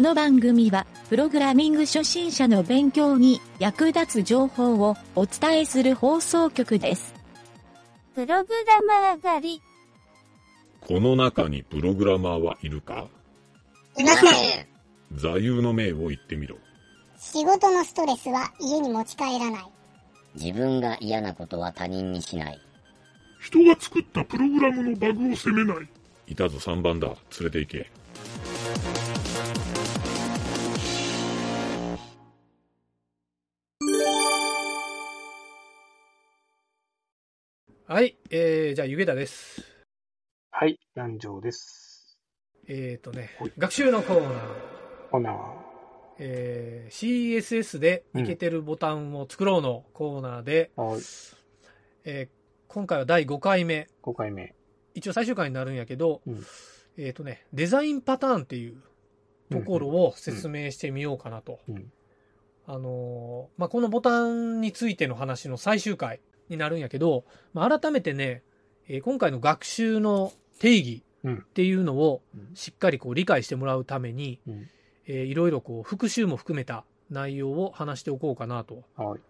の番組は、プログラミング初心者の勉強に役立つ情報をお伝えする放送局です。プログラマー狩り。この中にプログラマーはいるかいません。座右の銘を言ってみろ。仕事のストレスは家に持ち帰らない。自分が嫌なことは他人にしない。人が作ったプログラムのバグを責めない。いたぞ3番だ。連れて行け。はい、えー、じゃあ、ゆげだです。はい、南條です。えーとねはい、学習のコーナー、ほな、えー、CSS でいけてるボタンを作ろうのコーナーで、はいえー今回は第5回目、 5回目。一応最終回になるんやけど、うんえーとね、デザインパターンっていうところを説明してみようかなと。うんあのーまあ、このボタンについての話の最終回になるんやけど、まあ、改めてね、えー今回の学習の定義うんっていうのをうんしっかりこう理解してもらうために、うんえーいろいろこう復習も含めた内容を話しておこうかなとはい。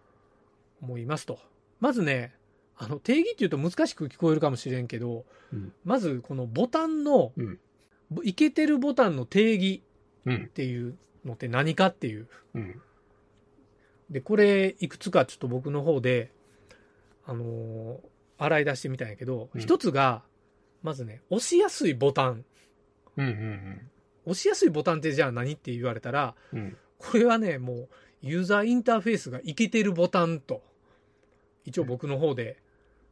思いますと。まずね、あの定義っていうと難しく聞こえるかもしれんけど、うんまずこのボタンのうん、ぼイケてるボタンの定義うんっ、ていうのって何かっていう。うん、で、これいくつかちょっと僕の方で、あのー洗い出してみたんやけど、うん一つが、まずね、押しやすいボタン。うん、うん、押しやすいボタンってじゃあ何って言われたら、うん、うん、これはね、もう、ユーザーインターフェースがイケてるボタンと、一応僕の方で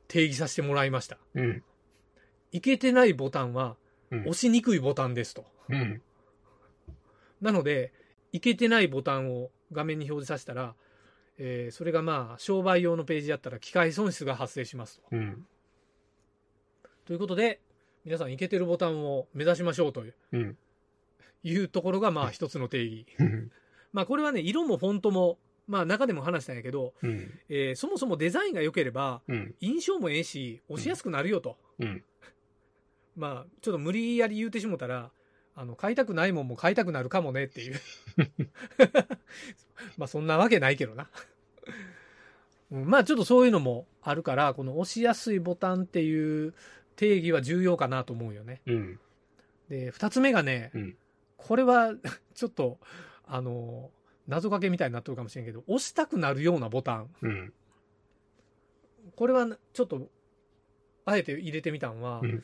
定義させてもらいました。うん、イケてないボタンは、うん押しにくいボタンですと。うん、なので、いけてないボタンを画面に表示させたら、えーそれがまあ、商売用のページだったら機械損失が発生しますと。うん、ということで、皆さんいけてるボタンを目指しましょうといううん、いうところがまあ一つの定義。うん、まあこれはね、色もフォントも、まあ中でも話したんやけど、うん、えーそもそもデザインが良ければ、うん、印象もええし、押しやすくなるよと。うん、まあ、ちょっと無理やり言うてしもたら、あの、買いたくないもんも買いたくなるかもねっていう。まあ、そんなわけないけどな。うんまあ、ちょっとそういうのもあるから、この押しやすいボタンっていう定義は重要かなと思うよね。うん、で、二つ目がね、うんこれは、 ちょっと、あの、謎かけみたいになってるかもしれんけど、押したくなるようなボタン。うん、これはなちょっと、あえて入れてみたんは、うん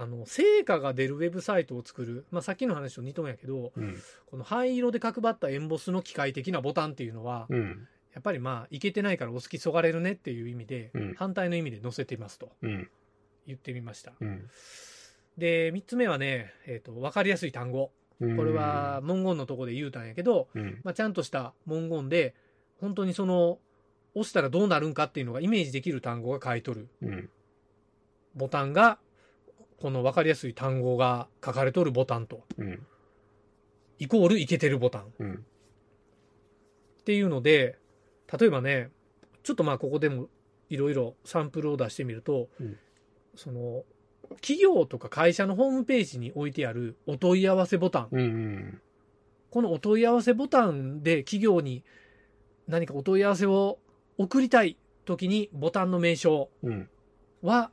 あの、成果が出るウェブサイトを作る、まあ、さっきの話と似とんやけど、うん、この灰色で角ばったエンボスの機械的なボタンっていうのは、うん、やっぱりまあ、いけてないからお好きそがれるねっていう意味で、うん反対の意味で載せてますとうん、言ってみました。うん、で、3つ目はね、えっ、と、わかりやすい単語。うん。これは、文言のとこで言うたんやけど、うん、まあ、ちゃんとした文言で、本当にその、押したらどうなるんかっていうのがイメージできる単語が書いとる。うん、ボタンが、この分かりやすい単語が書かれとるボタンと、うん、イコールイケてるボタンっうん、ていうので、例えばね、ちょっとまあここでもいろいろサンプルを出してみると、うんその、企業とか会社のホームページに置いてあるお問い合わせボタン。うん、うん、このお問い合わせボタンで企業に何かお問い合わせを送りたい時にボタンの名称うん、は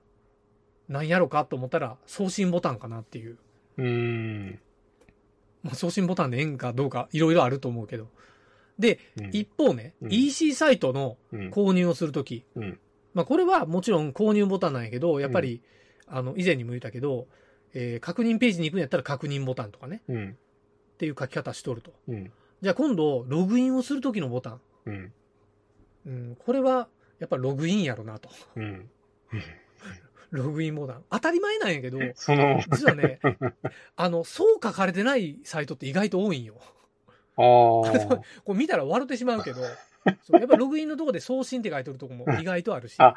何やろかと思ったら送信ボタンかなっていう。うん、まあ、送信ボタンでええんかどうか、いろいろあると思うけど。で、うん一、方ね、うん EC サイトのうん、購入をするとき、うんまあ、これはもちろん購入ボタンなんやけど、やっぱり、あの、以前にも言ったけど、えー確認ページに行くんやったら確認ボタンとかね、うん、っていう書き方しとると。うん、じゃあ今度、ログインをするときのボタン。うん、うん、これは、やっぱログインやろなと。 うん。ログインボタン。当たり前なんやけど、その、実はね、あの、そう書かれてないサイトって意外と多いんよ。あー。これ見たら笑ってしまうけど、そうやっぱログインのとこで送信って書いてるとこも意外とあるし、あ、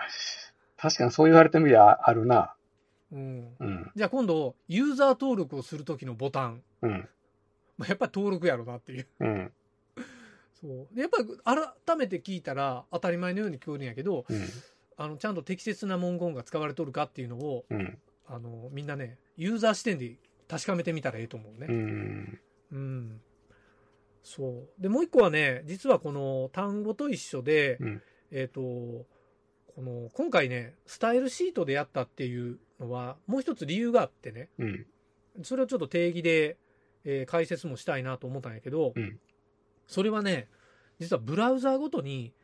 確かにそう言われてみりゃあるな。うん、うん、じゃあ今度、ユーザー登録をするときのボタン、うん、まあやっぱり登録やろなっていう。うん、そうでやっぱり改めて聞いたら当たり前のように聞こえるんやけど、うん、あのちゃんと適切な文言が使われとるかっていうのをうん、あのみんなね、ユーザー視点で確かめてみたらええと思ううね。ん、うんそう。で、もう一個はね、実はこの単語と一緒で、うんえっ、と、この、今回ね、スタイルシートでやったっていうのは、もう一つ理由があってね、うん。それをちょっと定義で、えー解説もしたいなと思ったんやけど、うんそれはね、実はブラウザーごとに、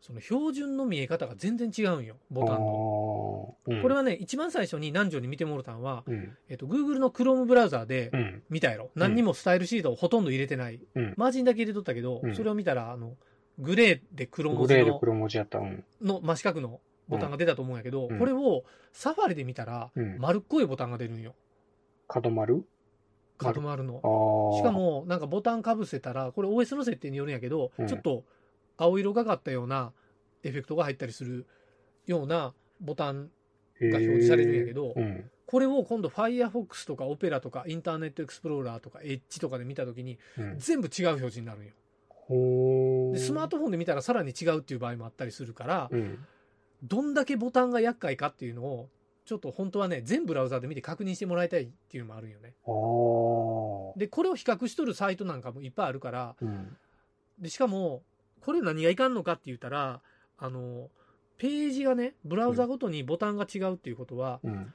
その標準の見え方が全然違うんよ、ボタンの。の。うんこれはね、一番最初に南條に見てもろたんは、うん。えっ、と、Google の Chrome ブラウザーでうん。見たやろ。何にもスタイルシートをほとんど入れてない。うんマージンだけ入れとったけど、うんそれを見たら、あの、グレーで黒文グ字レーでの黒文字やった。うん。の真四角のボタンが出たと思うんやけど、うんこれをサファリで見たら、うん丸っこいボタンが出るんよ。角丸カトマルのあ。あ。しか、も、なんかボタンかぶせたら、これ OS の設定によるんやけど、うんちょっと青色がかったようなエフェクトが入ったりするようなボタン、が表示されるんやけどへーうん。これを今度 Firefox とか Opera とかインターネットエクスプローラーとか Edge とかで見たときに、うん。全部違う表示になるんよ。ほで、スマートトフォンで見たらさらに違うっていう場合もあったりするから、うん。どんだけボタンが厄介かっていうのを、ちょっと本当はね、全ブラウザーで見て確認してもらいたいっていうのもあるんよね。ああ。で、これを比較しとるサイトなんかもいっぱいあるから、うん。で、しかも、これ何がいかんのかって言ったら、あの、ページがね、ブラウザごとにボタンが違うっていうことは、うん。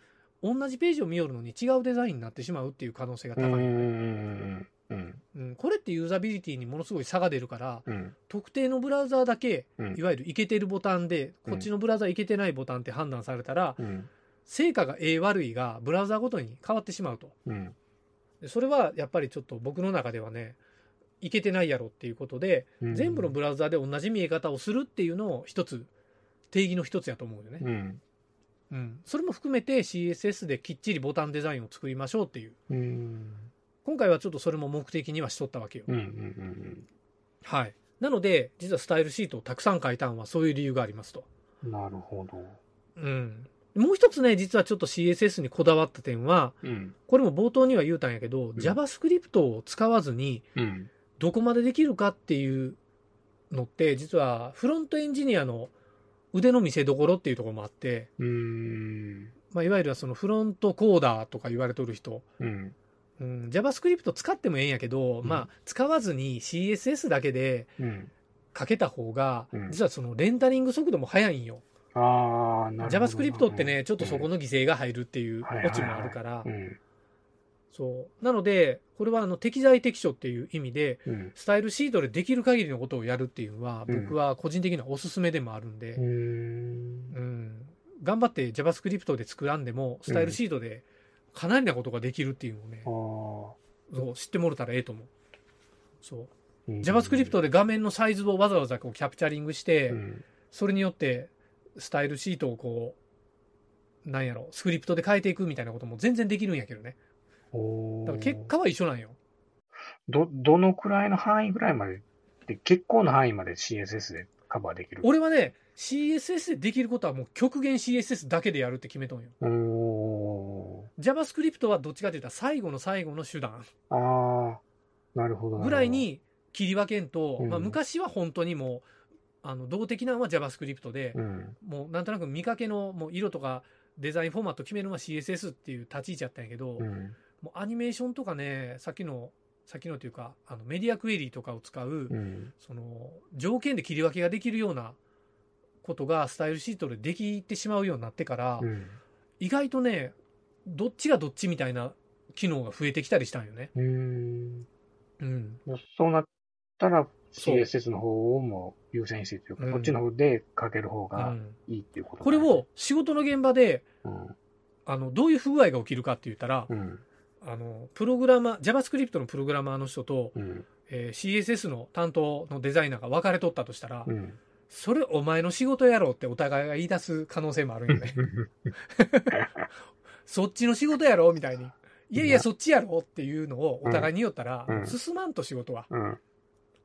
同じページを見よるのに違うデザインになってしまうっていう可能性がうん。高い。うん。うん。うん、これってユーザビリティにものすごい差が出るから、うん。特定のブラウザーだけ、うんいわゆるいけてるボタンで、うんこっちのブラウザーいけてないボタンって判断されたら、うん。成果が A 悪いが、ブラウザーごとに変わってしまうと。うん。でそれはやっぱりちょっと僕の中ではね、いけてないやろっていうことで、うん全部のブラウザで同じ見え方をするっていうのを一つ、定義の一つやと思うよね。うん。うん。それも含めて CSS できっちりボタンデザインを作りましょうっていう。うん。今回はちょっとそれも目的にはしとったわけよ。うん。うん。はい。なので、実はスタイルシートをたくさん書いたんはそういう理由がありますと。うん。なるほど。うん。もう一つね、実はちょっと CSS にこだわった点は、うん。これも冒頭には言うたんやけど、ん JavaScript を使わずに、うん。どこまでできるかっていうのって、実はフロントエンジニアの腕の見せ所っていうところもあって、うん。まあ、いわゆるそのフロントコーダーとか言われとる人、うん。うん、JavaScript 使ってもええんやけど、うんまあ、使わずに CSS だけでうん。書けた方がう、ん実はそのレンダリング速度も速いんよ。ああ、なるほど。 JavaScript ってね、ちょっとそこの犠牲が入るっていうはいはいはいオチもあるからう、ん。そう。なので、これはあの適材適所っていう意味で、うん。スタイルシートでできる限りのことをやるっていうのは、うん僕は個人的にはおすすめでもあるんで、うん。うん、頑張って JavaScript で作らんでも、スタイルシートでかなりなことができるっていうのをねあ、あ。そう知ってもらったらええと思う。そう。うん JavaScript で画面のサイズをわざわざこうキャプチャリングして、うん。それによってスタイルシートをこう、なんやろ、スクリプトで変えていくみたいなことも全然できるんやけどね。おだーから結果は一緒なんよ。ど、どのくらいの範囲ぐらいまで、で結構な範囲まで CSS でカバーできる。俺はね、CSS でできることはもう極限 CSS だけでやるって決めとんよ。おー JavaScript はどっちかって言ったら最後の最後の手段ああ、なるほど。なるほどぐらい、に切り分けんと、うんまあ、昔は本当にもう、あの、動的なのは JavaScript で、うん、もうなんとなく見かけのもう色とかデザインフォーマット決めるのは CSS っていう立ち位置やったんやけど、うん、もうアニメーションとかね、さっきの、さっきのというか、あのメディアクエリーとかを使う、うん、その条件で切り分けができるようなことがスタイルシートでできてしまうようになってから、うん意外とね、どっちがどっちみたいな機能が増えてきたりしたんよね。うん。うん。そうなったら、そう CSS の方をもう優先してというか、うんこっちの方で書ける方うがん、いいっていうことこれ、を仕事の現場で、うん、あの、どういう不具合が起きるかって言ったらう、ん、あの、プログラマー、JavaScript のプログラマーの人と、うん、えー CSS の担当のデザイナーが分かれとったとしたらう、 ん。それお前の仕事やろってお互いが言い出す可能性もあるよね。 そっちの仕事やろみたいに。いやいや、そっちやろっていうのをお互いに言ったらう、ん進まんと仕事は。うん、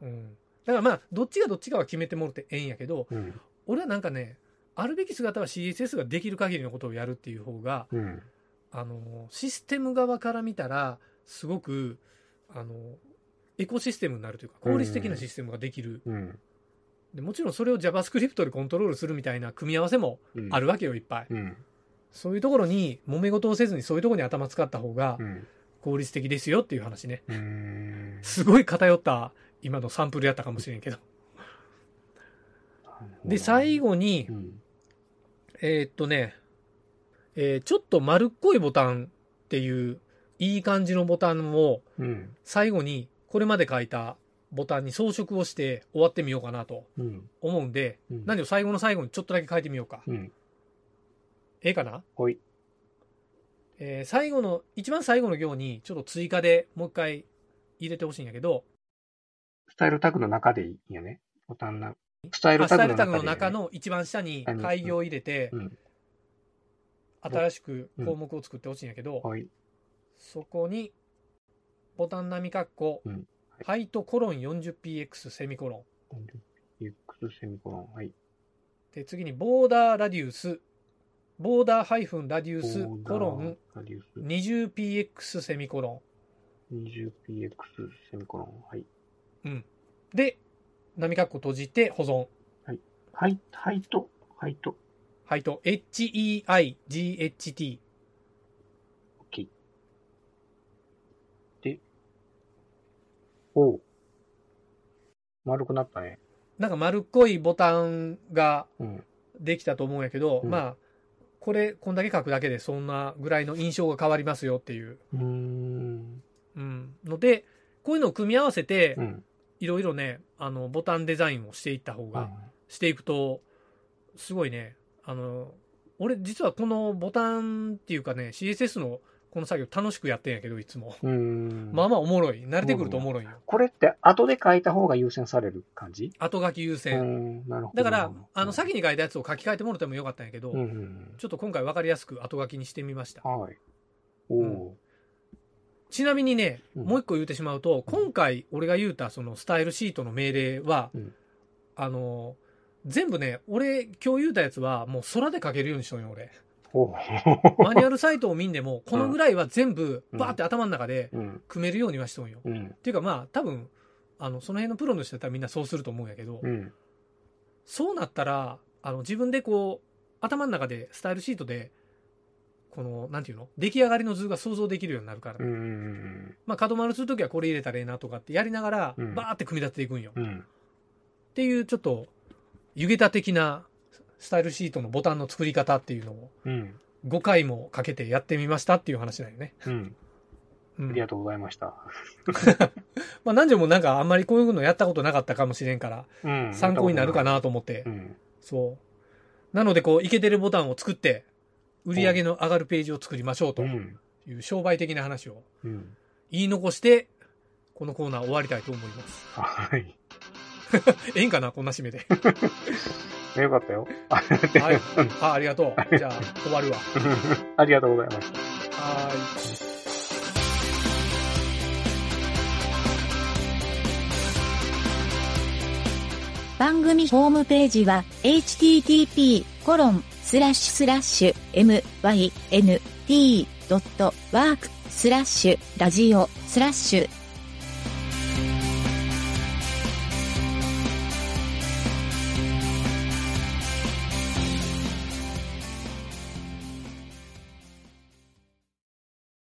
うん。だからまあ、どっちがどっちかは決めてもろてええんやけど、うん、俺はなんかね、あるべき姿は CSS ができる限りのことをやるっていう方が、うん、あの、システム側から見たら、すごく、あの、エコシステムになるというか、効率的なシステムができる。うん、でもちろんそれを JavaScript でコントロールするみたいな組み合わせもうん。あるわけよ、いっぱい。うん、そういうところに、揉め事をせずにそういうところに頭使った方がうん、効率的ですよっていう話ね。うん。すごい偏った今のサンプルやったかもしれんけど。うで、ん最後にう、ん。えーっとね、えーちょっと丸っこいボタンっていう、いい感じのボタンを、うん。最後に、これまで書いたボタンに装飾をして終わってみようかなとうん。思うんで、うん何を最後の最後にちょっとだけ書いてみようか。うん。ええかなほい。えー最後の、一番最後の行に、ちょっと追加でもう一回入れてほしいんやけど、スタイルタグの中でいいんやね。ボタンな。スタイルあタスタイグのルタ中グでいいよのね中。の一番下に開業を入れてう、ん。新しく項目を作ってほしいんやけど、ほい。そこに、ボタン並み括弧、うんハイトコロン 40px セミコロン。ゆっくりセミコロン。はい。で、次にボーダーラディウス、ボーダーハイフンラディウスボーダーコロン。ラディウス 20px セミコロ 20px セミコロン。はい。ン。で、並括弧閉じて保存。はい、はいと、はいと。はいと、HEIGHT。 OK。で、おう。丸くなったね。なんか丸っこいボタンがうん。できたと思うんやけど、うんまあ、これ、こんだけ書くだけでそんなぐらいの印象が変わりますよっていう、うーん。うん、ので、こういうのを組み合わせてう、ん。いろいろね、あの、ボタンデザインをしていった方が、していくと、すごいね、あの、俺実はこのボタンっていうかね、CSS のこの作業楽しくやってんやけど、いつも。うーん。まあまあおもろい。慣れてくるとおもろいよ。これって後で書いた方が優先される感じ後書き優う先。ん。なるほど。だかなるらほど、あの、先に書いたやつを書き換えてもらってもよかったんやけど、うんうんちょっと今回分かりやすく後書きにしてみましたう。ん。はい。おう。ちなみにね、うんもう一個言うてしまうと、今回俺が言うたそのスタイルシートの命令は、うんあの、全部ね、俺今日言うたやつはもう空で書けるようにしとんよ、 俺。おう。マニュアルサイトを見んでも、このぐらいは全部、うんバーって頭の中でうん。組めるようにはしとんよ。っうん。ていうかまあ、多分、あの、その辺のプロの人だったらみんなそうすると思うんやけどう、ん。そうなったら、あの、自分でこう、頭の中でスタイルシートで、この、なんていうの出来上がりの図が想像できるようになるからう。ん。まあ、角丸するときはこれ入れたらええなとかってやりながらう、んバーって組み立てていくんよ。うっん。ていう、ちょっと、湯桁的なスタイルシートのボタンの作り方っていうのを、うん。 5回もかけてやってみましたっていう話なんよね。うん。うあんりがとうございました。まあ、何でもなんかあんまりこういうのやったことなかったかもしれんから、う ん。参考になるかな。なと思ってう。ん。そう。なので、こう、イケてるボタンを作って、売り上げの上がるページを作りましょうとういん。う商売的な話をうん。言い残して、このコーナー終わりたいと思います。はい。ええんかなこんな締めで。よかったよ。はい。あ、ありがとう。じゃあ、終わるわ。 ありがとうございました。はーい。番組ホームページは http://mynt.work/.radio/.